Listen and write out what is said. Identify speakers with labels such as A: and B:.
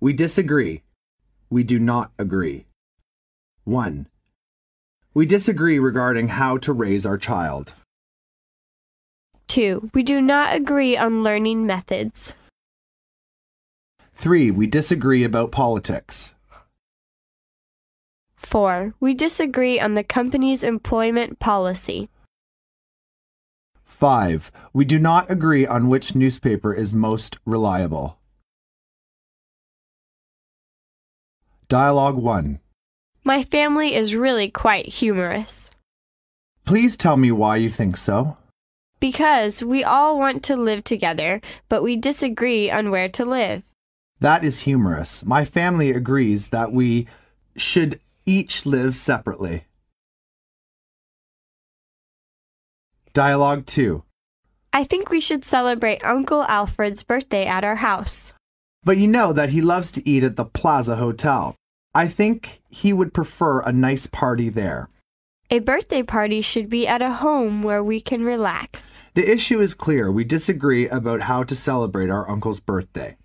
A: We disagree. We do not agree. 1. We disagree regarding how to raise our child.
B: 2. We do not agree on learning methods.
A: 3. We disagree about politics.
B: 4. We disagree on the company's employment policy.
A: 5. We do not agree on which newspaper is most reliable. Dialogue 1.
B: My family is really quite humorous
A: Please tell me why you think so.
B: because we all want to live together, but we disagree on where to live.
A: That is humorous. My family agrees that we should each live separately. Dialogue 2.
B: I think we should celebrate Uncle Alfred's birthday at our house.
A: But you know that he loves to eat at the Plaza Hotel. I think he would prefer a nice party there.
B: A birthday party should be at a home where we can relax.
A: The issue is clear. We disagree about how to celebrate our uncle's birthday.